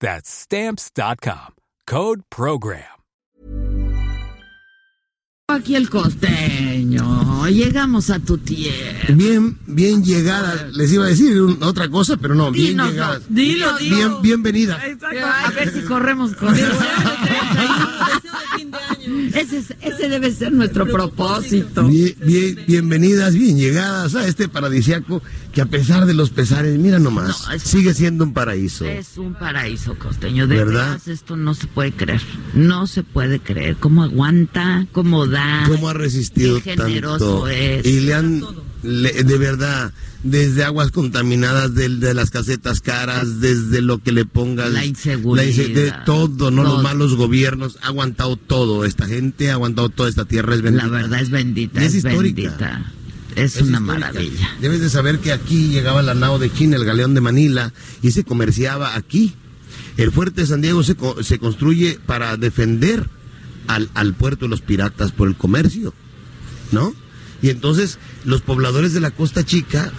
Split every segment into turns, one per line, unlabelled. That's stamps.com. Code Program.
Aquí el costeño. Llegamos a tu tierra.
Bien, bien llegada. Les iba a decir un- otra cosa, pero no, bien
Dinos,
llegada.
dilo, dilo.
Bien, bienvenida.
A ver si corremos con eso. Ese, es- ese debe ser nuestro propósito.
Bien, bien- bienvenidas, bien llegadas a este paradisiaco que a pesar de los pesares, mira nomás, sigue siendo un paraíso.
Es un paraíso costeño, de
¿Verdad?
veras, esto no se puede creer, no se puede creer, cómo aguanta, cómo da,
¿Cómo ha resistido
Qué generoso
tanto?
es.
Y le han, le- de verdad, desde aguas contaminadas, del- de, las casetas caras, desde lo que le pongas.
La inseguridad.
la inse- de todo, ¿no?
Todo.
Los malos gobiernos. Ha aguantado todo esta gente, ha aguantado toda esta tierra, es bendita.
la verdad es bendita,
Y es
es,
histórica.
bendita, es,
Es
una
histórica.
maravilla.
Debes de saber que aquí llegaba la nao de China, el galeón de Manila, y se comerciaba aquí. El fuerte de San Diego se, co- se construye para defender al, al puerto de los piratas por el comercio, ¿no? Y entonces los pobladores de la Costa Chica,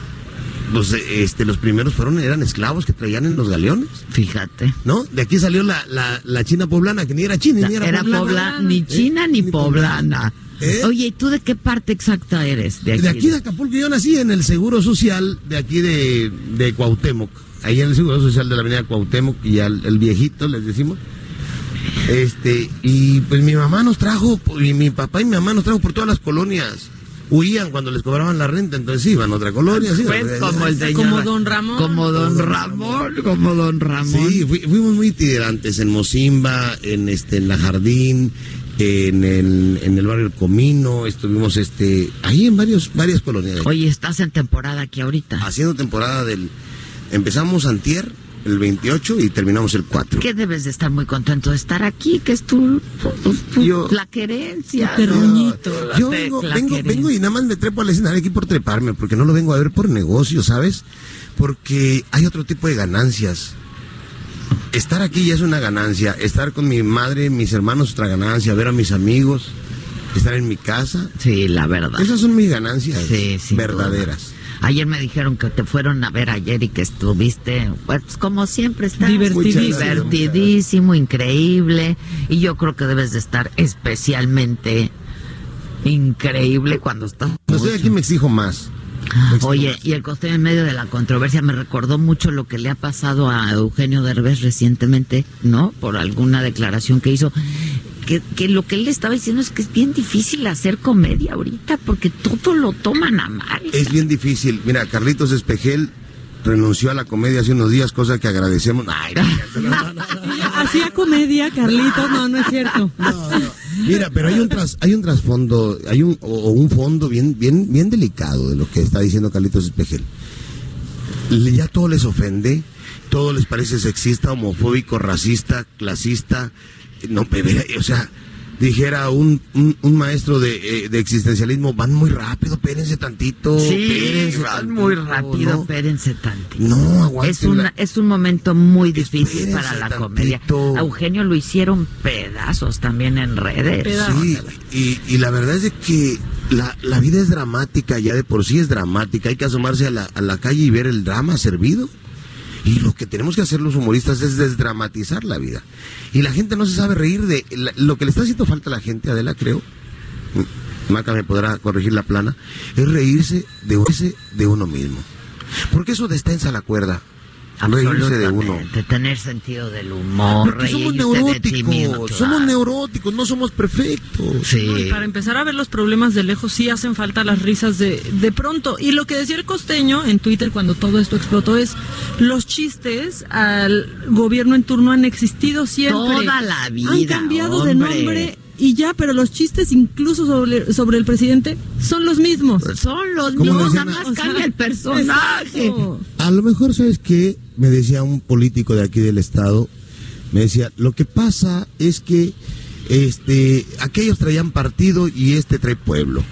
pues, eh, este, los primeros fueron eran esclavos que traían en los galeones,
Fíjate.
¿no? De aquí salió la, la- la China poblana, que ni era China, ni era,
Era
poblana.
poblana, ni china ni
ni
poblana.
¿Eh?
Oye, ¿y tú de qué parte exacta eres? De aquí.
De aquí de Acapulco, yo nací en el Seguro Social de aquí de, de Cuauhtémoc, ahí en el Seguro Social de la Avenida Cuauhtémoc y al el viejito les decimos. Este, y pues mi mamá nos trajo, y mi papá y mi mamá nos trajo por todas las colonias. Huían cuando les cobraban la renta, entonces iban a otra colonia. sí,
Pues
eh,
como el señor.
Como don Ramón.
Como don Ramón, como don Ramón.
Sí, fui- fuimos muy itinerantes en Mozimba, en este, en La Jardín, en el, en el barrio El Comino, estuvimos este, ahí en varios, varias colonias. de aquí.
Oye, estás en temporada aquí ahorita.
haciendo temporada del... Empezamos antier, el 28, y terminamos el 4.
¿Qué debes de estar muy contento de estar aquí? Que es tu, tu- tu-
Yo-
la querencia.
Tu perruñito.
Yo
La
vengo,
tecla,
vengo,
querido.
vengo y nada más me trepo al escenario aquí por treparme, porque no lo vengo a ver por negocio, ¿sabes? Porque hay otro tipo de ganancias. Estar aquí ya es una ganancia. Estar con mi madre, mis hermanos, otra ganancia. Ver a mis amigos, estar en mi casa.
Sí, la verdad.
Esas son mis ganancias
Sí, sin
verdaderas.
duda. Ayer me dijeron que te fueron a ver ayer y que estuviste, pues como siempre, estás
Divertidísimo.
Muchas gracias, muchas gracias.
divertidísimo, increíble. Y yo creo que debes de estar especialmente increíble cuando estás.
No Pues estoy aquí, me exijo más.
Oye, y el costeño en medio de la controversia me recordó mucho lo que le ha pasado a Eugenio Derbez recientemente, ¿no? Por alguna declaración que hizo. Que, que lo que él estaba diciendo es que es bien difícil hacer comedia ahorita porque todo lo toman a mal.
Es bien difícil. Mira, Carlitos Espejel renunció a la comedia hace unos días, cosa que agradecemos. Ay, no,
Hacía comedia, Carlitos. No, no es cierto.
no, no. Mira, pero hay un tras- hay un trasfondo, hay un o, o un fondo bien bien bien delicado de lo que está diciendo Carlitos Espejel. Le- Ya todo les ofende, todo les parece sexista, homofóbico, racista, clasista. No, pero, o sea, dijera un, un- un maestro de, eh, de existencialismo, van muy rápido, espérense tantito.
Sí,
espérense
van muy
tantito,
rápido,
¿no?
espérense tantito.
No, aguanten
Es, una,
la-
es un momento muy difícil
Espérense
para la
tantito.
comedia. A Eugenio lo hicieron pedazos también en redes.
Sí, y, y la verdad es de que la, la vida es dramática, ya de por sí es dramática. Hay que asomarse a la, a la calle y ver el drama servido. Y lo que tenemos que hacer los humoristas es desdramatizar la vida. Y la gente no se sabe reír de la- lo que le está haciendo falta a la gente, Adela, creo. Maca me podrá corregir la plana, es reírse de, reírse de uno mismo. Porque eso destensa la cuerda. reírse de uno.
Absolutamente, tener sentido del humor,
Porque somos
reírte de ti
neuróticos,
mismo,
somos
claro.
neuróticos, no somos perfectos.
No, y
Sí.
para empezar a ver los problemas de lejos, sí hacen falta las risas de, de pronto. Y lo que decía el costeño en Twitter cuando todo esto explotó es: los chistes al gobierno en turno han existido siempre.
Toda la
Han
vida,
cambiado de
hombre.
nombre y ya, pero los chistes, incluso sobre, sobre el presidente, son los mismos.
Son los
¿Cómo
mismos,
decían?
nada más
O sea,
Pues, cambia el personaje.
exacto.
A lo mejor, ¿sabes qué? Me decía un político de aquí del estado, me decía, lo que pasa es que este, aquellos traían partido y este trae pueblo.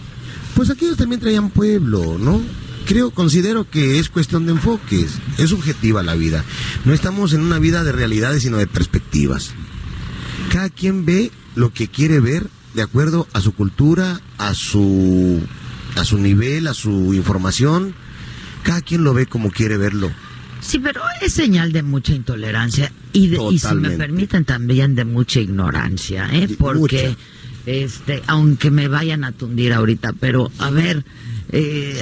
Pues aquellos también traían pueblo, ¿no? Creo, considero que es cuestión de enfoques, es subjetiva la vida. No estamos en una vida de realidades, sino de perspectivas. Cada quien ve lo que quiere ver de acuerdo a su cultura, a su, a su nivel, a su información. Cada quien lo ve como quiere verlo.
Sí, pero es señal de mucha intolerancia y, de, y si me
Totalmente.
permiten también de mucha ignorancia, ¿eh?
Y
Porque,
mucha.
este, aunque me vayan a tundir ahorita, pero a ver, eh,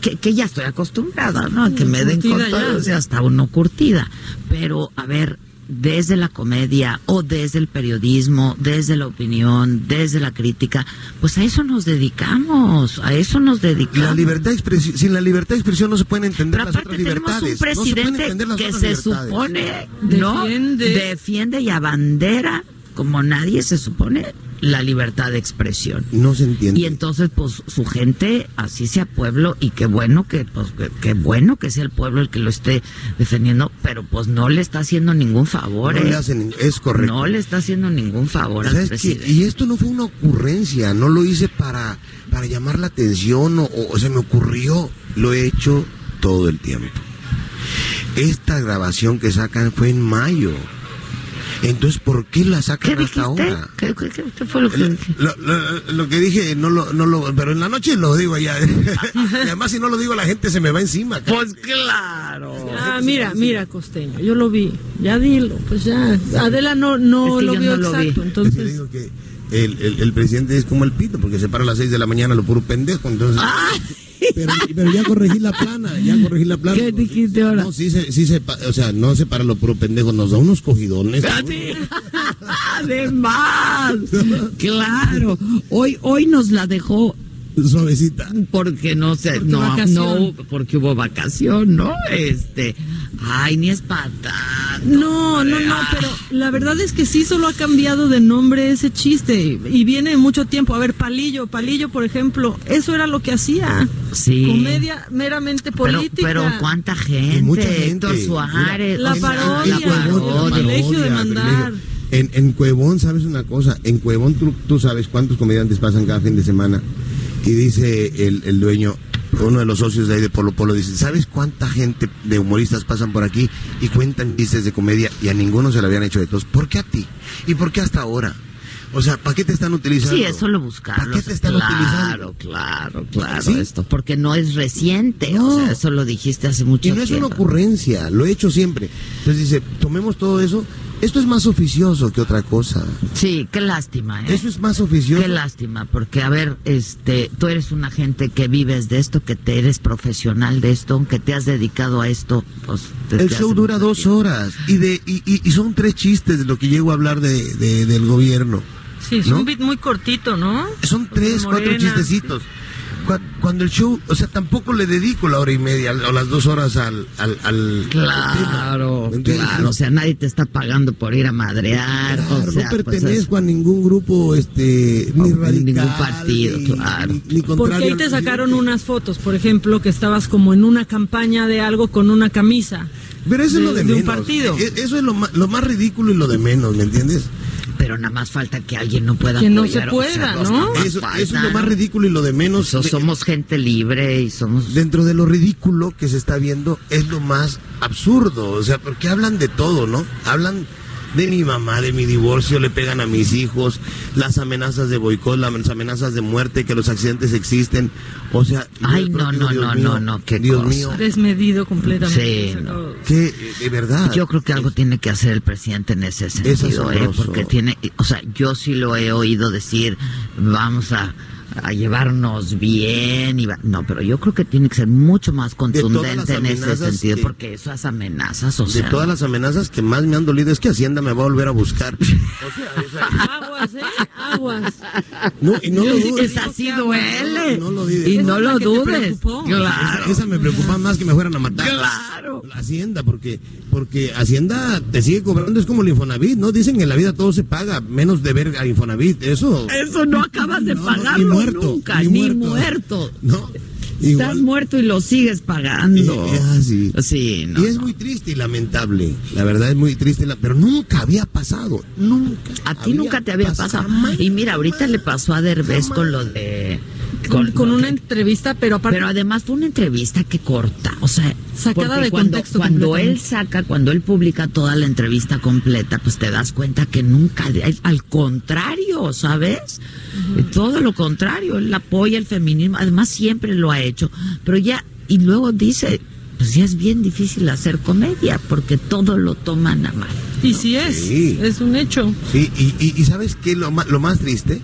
que, que ya estoy acostumbrada, ¿no? A que me den
Mm,
con
Curtida
todo,
ya.
o sea, hasta uno curtida. Pero, a ver, desde la comedia o desde el periodismo, desde la opinión, desde la crítica, pues a eso nos dedicamos, a eso nos dedicamos.
La libertad de expresión, sin la libertad de expresión no se pueden entender
Pero
las otras
aparte tenemos un
libertades. no se pueden
presidente
entender las
que
otras
se
libertades.
supone ¿no?
Defiende.
defiende y abandera como nadie se supone la libertad de expresión.
No se entiende.
Y entonces, pues, su gente, así sea pueblo, y qué bueno que, pues, que- qué bueno que sea el pueblo el que lo esté defendiendo, pero pues no le está haciendo ningún favor,
no
¿eh?
le hacen, es correcto.
No le está haciendo ningún favor al
¿Sabes qué?
presidente.
Y esto no fue una ocurrencia, no lo hice para, para llamar la atención o, o se me ocurrió, lo he hecho todo el tiempo. Esta grabación que sacan fue en mayo. Entonces, ¿por qué la
¿Qué
sacan hasta
dijiste?
ahora?
¿Qué, qué- qué- qué fue lo que
Lo,
dije?
lo- lo que dije, no lo, no lo, pero en la noche lo digo ya. y además, si no lo digo, la gente se me va encima.
Pues claro.
Ah, mira, mira, costeño, yo lo vi. Ya dilo, pues ya. Adela no, no
Es que
lo
yo
vio
no lo vi.
exacto,
Es que
entonces.
digo que el, el- el presidente es como el pito, porque se para a las 6 de la mañana, lo puro pendejo. Entonces, pero, pero ya corregí la plana, ya corregí la plana.
¿Qué dijiste ahora?
No, sí, se, sí se pa- o sea, no se para lo puro pendejo, nos da unos cogidones.
Ah, Además, claro, hoy hoy nos la dejó
Suavecita.
porque no sé,
Porque
no,
vacación.
no hubo- porque hubo vacación, ¿no? Este, ay, ni es pata.
No, no,
hombre,
no,
ah.
pero la verdad es que sí solo ha cambiado de nombre ese chiste y viene de mucho tiempo. A ver, Palillo, Palillo, por ejemplo, eso era lo que hacía.
Sí.
Comedia meramente
Pero,
política.
pero cuánta gente,
Y mucha gente.
Héctor Suárez,
Mira,
o
la
sea,
parodia,
la
En Cuevón,
parodia.
el privilegio de
parodia,
mandar.
privilegio. En, en Cuevón, ¿sabes una cosa? En Cuevón tú, tú sabes cuántos comediantes pasan cada fin de semana. Y dice el, el dueño, uno de los socios de ahí de Polo Polo, dice, ¿sabes cuánta gente de humoristas pasan por aquí y cuentan chistes de comedia y a ninguno se le habían hecho de todos? ¿Por qué a ti? ¿Y por qué hasta ahora? O sea, ¿para qué te están utilizando?
Sí, eso lo
¿Para
buscaron.
qué te están utilizando?
claro, claro, claro,
¿Sí?
esto, porque no es reciente, o
No.
sea, eso lo dijiste hace mucho
Y
tiempo.
no es una ocurrencia, lo he hecho siempre. Entonces dice, tomemos todo eso. Esto es más oficioso que otra cosa.
Sí, qué lástima, ¿eh?
Eso es más oficioso.
Qué lástima, porque a ver, este, tú eres una gente que vives de esto, que te eres profesional de esto, que te has dedicado a esto. Pues, desde
El
hace
show
mucho
dura dos
tiempo.
horas y, de, y, y- y son tres chistes de lo que llego a hablar de, de- del gobierno.
Sí, es
¿no?
un beat muy cortito, ¿no?
Son tres, cuatro
Morena.
chistecitos. Cua- Cuando el show, o sea, tampoco le dedico la hora y media al- o las dos horas al... al, al-
Claro,
al tema. Entonces,
claro. O sea, nadie te está pagando por ir a madrear.
claro,
o sea,
no
pues,
pertenezco a ningún grupo este, ni
ningún
radical,
partido,
ni,
claro.
ni- ni contrario
Porque ahí
al
te sacaron
presidente.
unas fotos, por ejemplo, que estabas como en una campaña de algo con una camisa.
Pero eso es lo
de-
de,
de un
menos.
partido.
E- Eso es lo más, lo más ridículo y lo de menos, ¿me entiendes?
es- pero nada más falta que alguien no pueda
Que no
apoyar,
se
o
pueda,
sea, pues,
¿no?
nada más
Eso, eso es
falta,
lo más
¿no?
ridículo y lo de menos.
So-
de-
somos gente libre y somos
dentro de lo ridículo que se está viendo es lo más absurdo, o sea, porque hablan de todo, ¿no? Hablan de mi mamá, de mi divorcio, le pegan a mis hijos, las amenazas de boicot, las amenazas de muerte, que los accidentes existen, o sea... yo
Ay,
de pronto
no, no, no,
digo, Dios
no,
mío,
no, qué
Dios
cosa.
mío,
Desmedido completamente.
Sí,
O sea,
no.
qué, eh, de verdad.
Yo creo que algo tiene que hacer el presidente en ese sentido, ¿eh?
asombroso.
porque tiene, o sea, yo sí lo he oído decir, vamos a, a llevarnos bien. Y va- No, pero yo creo que tiene que ser mucho más
todas las
contundente en ese
amenazas
sentido,
que-
porque esas amenazas, o
De
sea,
todas las amenazas que más me han dolido es que Hacienda me va a volver a buscar.
Aguas, ¿eh? Aguas.
No, y no lo dudes.
es así duele.
No lo digas.
y
Esa
no
es la
lo
que te
dudes.
preocupó.
Claro.
Esa, esa me preocupa más que me fueran a matar.
Claro.
La Hacienda, porque, porque Hacienda te sigue cobrando, es como el Infonavit, ¿no? Dicen que en la vida todo se paga, menos de ver a Infonavit, eso.
Eso no acabas de
No, no,
Eh, pagarlo nunca, ni, muerto.
No,
Estás muerto y lo sigues pagando.
Y- ah, sí.
Sí, no,
y es
no.
muy triste y lamentable. La verdad es muy triste, y la- pero nunca había pasado. Nunca.
A ti nunca te había pasado.
Jamás,
y mira, ahorita
jamás.
le pasó a Derbez
Jamás.
con lo de.
Con, con
lo
una
de-
entrevista, pero aparte.
Pero además fue una entrevista que corta, o sea,
Sacada
porque
de
cuando,
contexto
cuando él
completamente.
saca, cuando él publica toda la entrevista completa, pues te das cuenta que nunca, de- al contrario, ¿sabes? Todo lo contrario, él apoya el feminismo, además siempre lo ha hecho, pero ya, y luego dice, pues ya es bien difícil hacer comedia, porque todo lo toman a mal.
y sí es,
Sí.
es un hecho.
Sí, y, y- y ¿sabes qué? Lo más, lo más triste,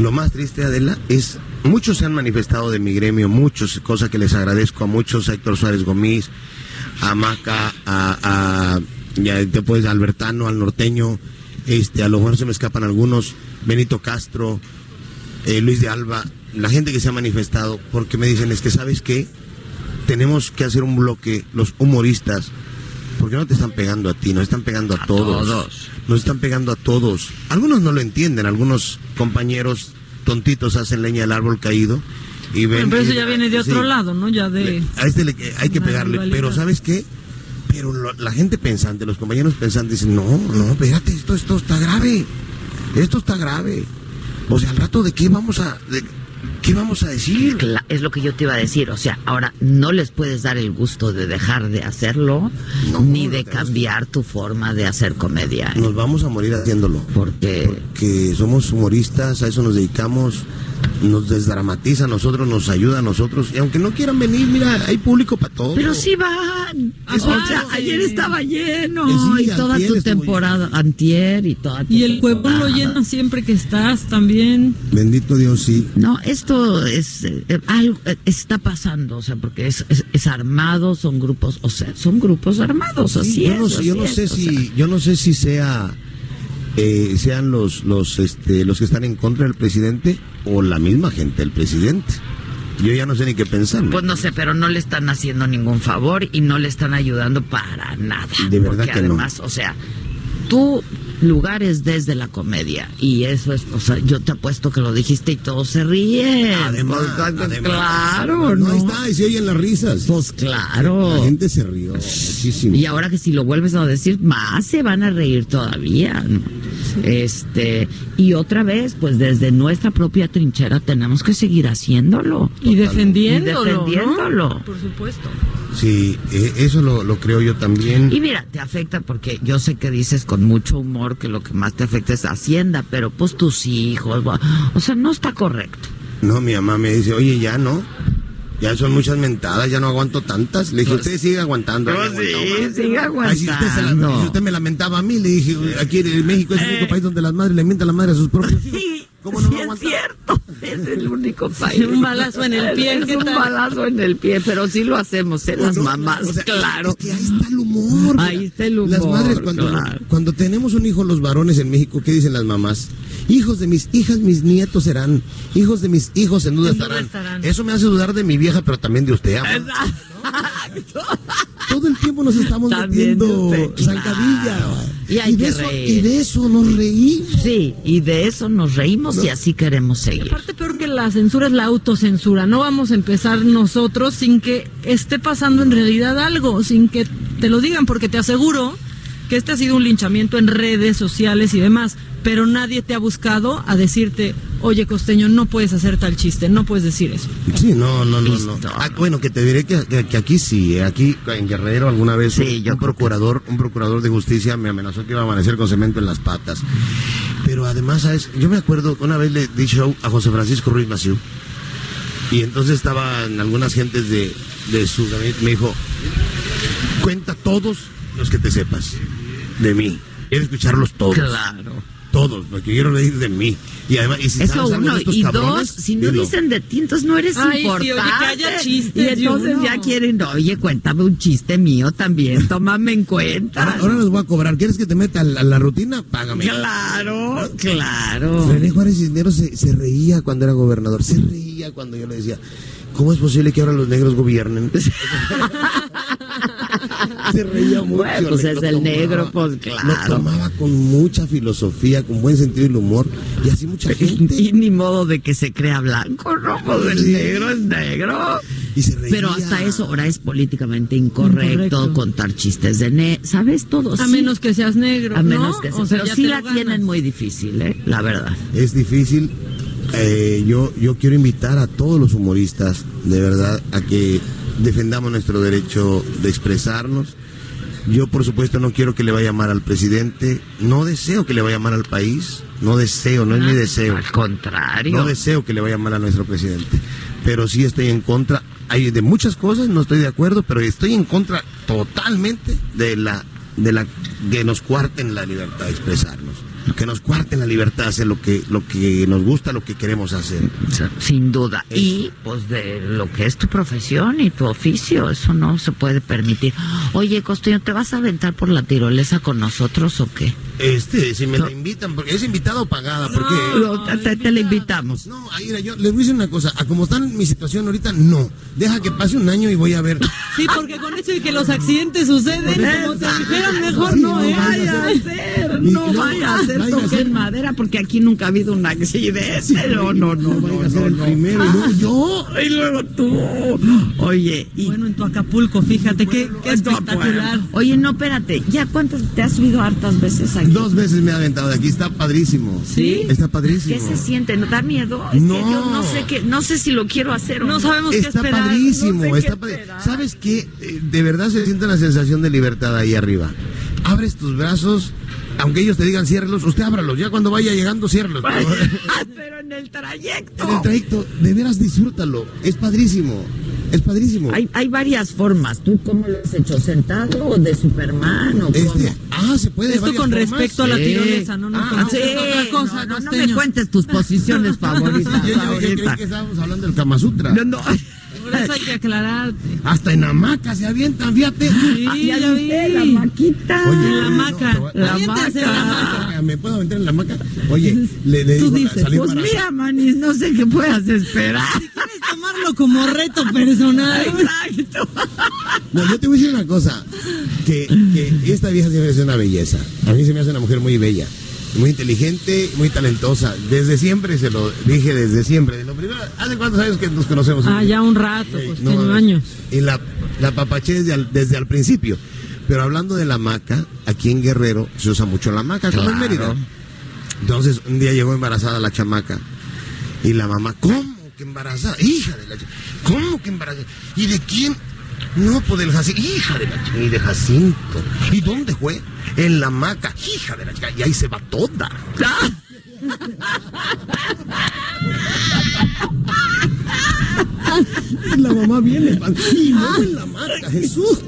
lo más triste, Adela, es muchos se han manifestado de mi gremio, muchos, cosa que les agradezco a muchos, a Héctor Suárez Gómez, a Maca, a, a ya te puedes, a Albertano, al norteño, este, a lo mejor se me escapan algunos, Benito Castro, eh, Luis de Alba, la gente que se ha manifestado, porque me dicen, es que sabes qué, tenemos que hacer un bloque, los humoristas, porque no te están pegando a ti, nos están pegando a,
A
todos.
todos.
Nos están pegando a todos. Algunos no lo entienden, algunos compañeros tontitos hacen leña al árbol caído. Y ven,
Bueno, pero eso
y-
ya viene de otro
sí.
lado, ¿no? Ya
Le-
de.
a este le- eh, hay que
Una
pegarle,
rivalidad.
pero ¿sabes qué? Pero lo- la gente pensante, los compañeros pensantes dicen, no, no, espérate, esto, esto está grave, esto está grave. O sea, al rato de qué vamos a, de- qué vamos a decir.
Cla- es lo que yo te iba a decir, o sea, ahora no les puedes dar el gusto de dejar de hacerlo,
No,
ni
no
de
te vas a-
cambiar tu forma de hacer comedia. ¿eh?
Nos vamos a morir haciéndolo.
Porque
que somos humoristas, a eso nos dedicamos, nos desdramatiza a nosotros, nos ayuda a nosotros. Y aunque no quieran venir, mira, hay público para todo.
Pero sí van.
Ah,
o sea,
sí.
ayer estaba lleno.
Sí,
y toda
antier
tu
estuvo
temporada. Antier y toda tu
Y el pueblo lo
temporada.
llena siempre que estás también.
Bendito Dios, sí.
No, esto es eh, eh, algo eh, está pasando, o sea, porque es, es, es armado, son grupos, o sea, son grupos armados,
Sí,
así
yo
es,
no, sé- yo
así
no
es,
sé
o sea.
si yo no sé si sea eh, sean los los este los que están en contra del presidente o la misma gente del presidente. Yo ya no sé ni qué pensar. ¿no?
Pues no sé, pero no le están haciendo ningún favor y no le están ayudando para nada.
De verdad
porque
que no.
además, o sea, tu lugar es desde la comedia y eso es, o sea, yo te apuesto que lo dijiste y todos se ríen.
Además,
Pues,
además.
claro,
No,
¿no?
ahí está, y se oyen las risas.
Pues
La
claro.
gente se rió muchísimo.
Y ahora que si lo vuelves a decir, más se van a reír todavía. ¿no? Este, y otra vez, pues desde nuestra propia trinchera tenemos que seguir haciéndolo.
Y defendiéndolo.
Y
¿no?
defendiéndolo.
Por supuesto.
Sí, eh, eso lo, lo creo yo también.
Y mira, te afecta porque yo sé que dices con mucho humor que lo que más te afecta es Hacienda, pero pues tus hijos, gua- o sea, no está correcto.
No, mi mamá me dice, oye, ya no. Ya son muchas mentadas, ya no aguanto tantas. Le dije, usted sigue aguantando.
Pues
ahí
sí, sigue
aguantó más". Ay, si usted, se la-
aguantando.
si usted me lamentaba a mí, le dije, aquí en México es el único país donde las madres le mientan la madre a sus propios hijos.
Eh. Sí,
¿Cómo no
sí
va a
es
aguantar?
cierto, es el único país.
Un balazo en el pie,
Es
¿qué
un
tal?
balazo en el pie, pero sí lo hacemos, en
Pues
las
no,
mamás,
o sea,
claro.
es que ahí está el humor.
Ahí
mira.
está el humor,
Las madres, cuando,
claro.
cuando tenemos un hijo, los varones en México, ¿qué dicen las mamás? Hijos de mis hijas, mis nietos serán. Hijos de mis hijos en duda,
En duda
estarán.
estarán.
Eso me hace dudar de mi vieja, pero también de usted. ama. Todo el tiempo nos estamos
También
metiendo
de usted,
zancadilla.
claro.
va.
Y hay
de
que
eso,
reír.
y de eso nos reímos.
Sí, y de eso nos reímos y así queremos seguir.
Aparte, peor que la censura es la autocensura. No vamos a empezar nosotros sin que esté pasando en realidad algo, sin que te lo digan, porque te aseguro que este ha sido un linchamiento en redes sociales y demás, pero nadie te ha buscado a decirte, oye costeño, no puedes hacer tal chiste, no puedes decir eso.
Sí, no, no, no, no.
Listo.
Ah, bueno, que te diré que, que- que aquí sí, eh, aquí en Guerrero alguna vez
Sí,
un-
yo creo
un procurador, un procurador de justicia me amenazó que iba a amanecer con cemento en las patas. Pero además, ¿sabes? Yo me acuerdo que una vez le di show a José Francisco Ruiz Maciú y entonces estaban algunas gentes de, de su gabinete, me dijo, cuenta todos los que te sepas de mí, quiero escucharlos todos.
Claro.
todos, porque quiero ir de mí. Y además, y si
Eso
sabes algo
uno.
de estos
Y dos,
cabrones,
si no
dilo.
dicen de ti, entonces no eres
Ay, sí, oye, que
importante.
haya chistes
y
de
entonces
uno.
ya quieren, oye, cuéntame un chiste mío también, tómame en cuenta.
Ah, Ahora, ahora les voy a cobrar. ¿Quieres que te meta a la, la rutina? Págame. Ah,
Claro, claro.
René Juárez Cisneros se, se reía cuando era gobernador, se reía cuando yo le decía, ¿cómo es posible que ahora los negros gobiernen? se reía mucho.
Bueno, pues
le-
es
lo
el
tomaba-
negro, pues, claro.
Lo tomaba con mucha filosofía, con buen sentido del humor, y así mucha
Y
gente.
ni modo de que se crea blanco, ¿no? Pues el negro es negro.
Y se reía.
Pero hasta eso ahora es políticamente incorrecto,
Incorrecto.
contar chistes de ne ¿sabes? Todo
A
sí.
menos que seas negro.
A
¿no?
menos que sí.
O sea,
Pero
ya
sí
te
la
lo
tienen
ganas.
muy difícil, ¿eh? La verdad.
Es difícil. Eh, yo, yo quiero invitar a todos los humoristas, de verdad, a que defendamos nuestro derecho de expresarnos. Yo, por supuesto, no quiero que le vaya mal al presidente. No deseo que le vaya mal al país. No deseo, no es mi deseo.
Ah, Al contrario.
No deseo que le vaya mal a nuestro presidente. Pero sí estoy en contra. Hay de muchas cosas, no estoy de acuerdo, pero estoy en contra totalmente de la de la que nos cuarten la libertad de expresarnos, que nos cuarten la libertad de hacer lo que lo que nos gusta, lo que queremos hacer.
O sea, Sin duda. Y pues de lo que es tu profesión y tu oficio, eso no se puede permitir. Oye, Costeño, ¿te vas a aventar por la tirolesa con nosotros o qué?
Este, si me
No.
la invitan, porque es invitado o pagada, porque
No, te, te- te la invitamos.
No, Aira, yo les voy a decir una cosa, a como está mi situación ahorita, no. Deja que pase un año y voy a ver.
Sí, porque con eso de que los accidentes suceden, como te dijeron, mejor
Sí,
no,
no
¿eh?
vaya a ser.
ser,
Y luego, vaya a ser.
madera porque aquí nunca ha habido un accidente. no, no, no,
Voy a ser el primero y luego yo.
Y luego tú. Oye, y
Bueno, en tu Acapulco, fíjate, qué, qué
Esto,
espectacular.
bueno. Oye, no, espérate. ¿Ya cuántas te has subido hartas veces aquí?
Dos veces me ha aventado de aquí, está padrísimo.
¿Sí?
Está padrísimo.
¿Qué se siente? ¿No da miedo? Es que
No.
yo no sé qué, no sé si lo quiero hacer o no.
No sabemos qué
Está
esperar.
padrísimo,
no sé
está
qué
padri-
esperar.
¿Sabes qué? Eh, De verdad se siente la sensación de libertad ahí arriba. Abres tus brazos, aunque ellos te digan ciérralos, usted ábralos, ya cuando vaya llegando ciérralos.
Pero en el trayecto.
en el trayecto, de veras disfrútalo, es padrísimo, es padrísimo.
Hay, hay varias formas. ¿Tú cómo lo has hecho? ¿Sentado o de Superman o
Este,
cómo?
ah, se puede de
Esto
varias
con
formas.
respecto a la
Sí.
tirolesa, no, no,
Ah,
con
sí.
respecto a otra cosa,
Eh. no, no, no me
costeño.
cuentes tus posiciones favoritas.
Yo, yo- yo
ahorita.
creí que estábamos hablando del Kama Sutra.
No, no.
Por eso hay que aclarar.
Hasta en hamaca se avientan, fíjate.
Sí, ya, vi.
viste, la maquita.
Oye,
la
no,
maca.
te voy a-
La
Aviéntense en la
maca.
maca.
¿Me puedo aventar en la hamaca? Oye, le, le
Tú
digo,
dices,
salí
Pues mira,
embarazada.
Manis, no sé qué puedas esperar.
Quieres tomarlo como reto personal.
Exacto.
No, yo te voy a decir una cosa. Que, que esta vieja se me hace una belleza. A mí se me hace una mujer muy bella. Muy inteligente, muy talentosa. Desde siempre, se lo dije desde siempre. Lo primero, ¿hace cuántos años que nos conocemos?
Ah, ya un rato,
Ey,
pues,
no
tiene
mames.
años.
Y la, la papaché desde al, desde al principio. Pero hablando de la maca, aquí en Guerrero se usa mucho la maca, como en
Claro.
Mérida. Entonces, un día llegó embarazada la chamaca. Y la mamá, ¿cómo que embarazada? Hija de la ch- ¿Cómo que embarazada? ¿Y de quién? No, pues del Jacinto. Hija de la ch- Y de Jacinto. ¿Y dónde fue? En la maca. Hija de la ch- Y ahí se va toda. Y la mamá viene. Y no en la maca, Jesús.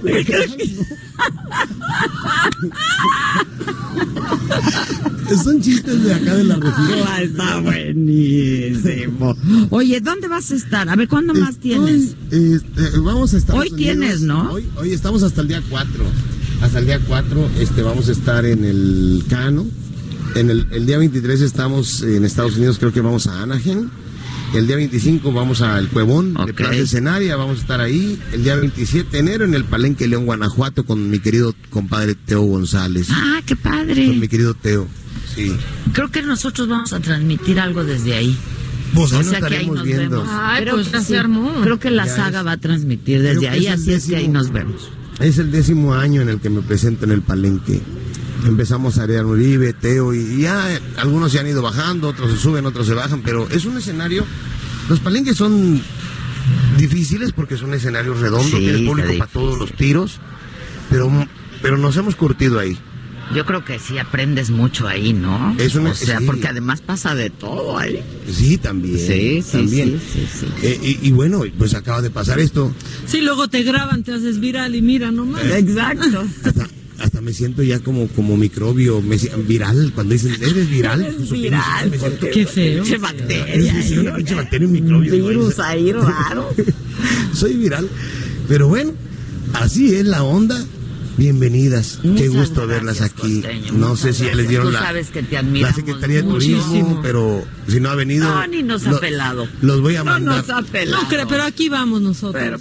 Son chistes de acá de la región.
Ah, está buenísimo. Oye, ¿dónde vas a estar? A ver, ¿cuándo más
Estoy,
tienes?
este, vamos a estar.
Hoy tienes, ¿no?
Hoy, hoy estamos hasta el día 4. Hasta el día 4 este, vamos a estar en el Cano. En el, el día 23 estamos en Estados Unidos, creo que vamos a Anaheim. El día 25 vamos al Cuevón, de
Ok.
Plaza de Escenaria, vamos a estar ahí. El día 27 de enero en el Palenque León, Guanajuato, con mi querido compadre Teo González.
Ah, qué
Con mi
padre.
querido Teo. Sí.
Creo que nosotros vamos a transmitir algo desde ahí.
Pues ahí
o
nos
sea que ahí
estaremos
nos
viendo.
vemos.
Ay,
Creo
pues,
que
ya se armó.
Creo que la
Ya
saga
es.
va a transmitir
Creo
desde
que
ahí,
es el
así es que ahí
décimo.
nos vemos.
Es el décimo año en el que me presento en el Palenque. Empezamos a Arián Uribe, Teo, y ya eh, algunos se han ido bajando, otros se suben, otros se bajan, pero es un escenario. Los palenques son difíciles porque son escenarios redondos,
Sí,
tienes
está
público para todos
difícil.
los tiros, pero, pero nos hemos curtido ahí.
Yo creo que sí aprendes mucho ahí, ¿no?
Es una-
o sea,
sí.
porque además pasa de todo ahí.
Sí, también.
Sí, sí,
también.
sí, sí, sí.
Eh, y, y bueno, pues acaba de pasar esto.
Sí, luego te graban, te haces viral y mira nomás.
Exacto.
Hasta, hasta hasta me siento ya como, como microbio, me si- viral, cuando dicen, eres viral. Pues,
Viral,
me siento-
porque-
Qué feo.
Che bacteria.
Sí, sí,
ahí,
una pinche bacteria, un microbio, ¿no?
virus ahí raro.
Soy viral. Pero bueno, así es la onda. Bienvenidas. Qué
Muchas
gusto
gracias,
verlas aquí.
Costeño,
no
muchas
sé si ya les
gracias.
dieron
Tú
la,
sabes que te
la
admiramos
Secretaría de Turismo,
muchísimo.
pero si no ha venido.
No, ni nos ha pelado.
Los voy a
No
mandar.
nos ha pelado.
No creo, pero aquí vamos nosotros.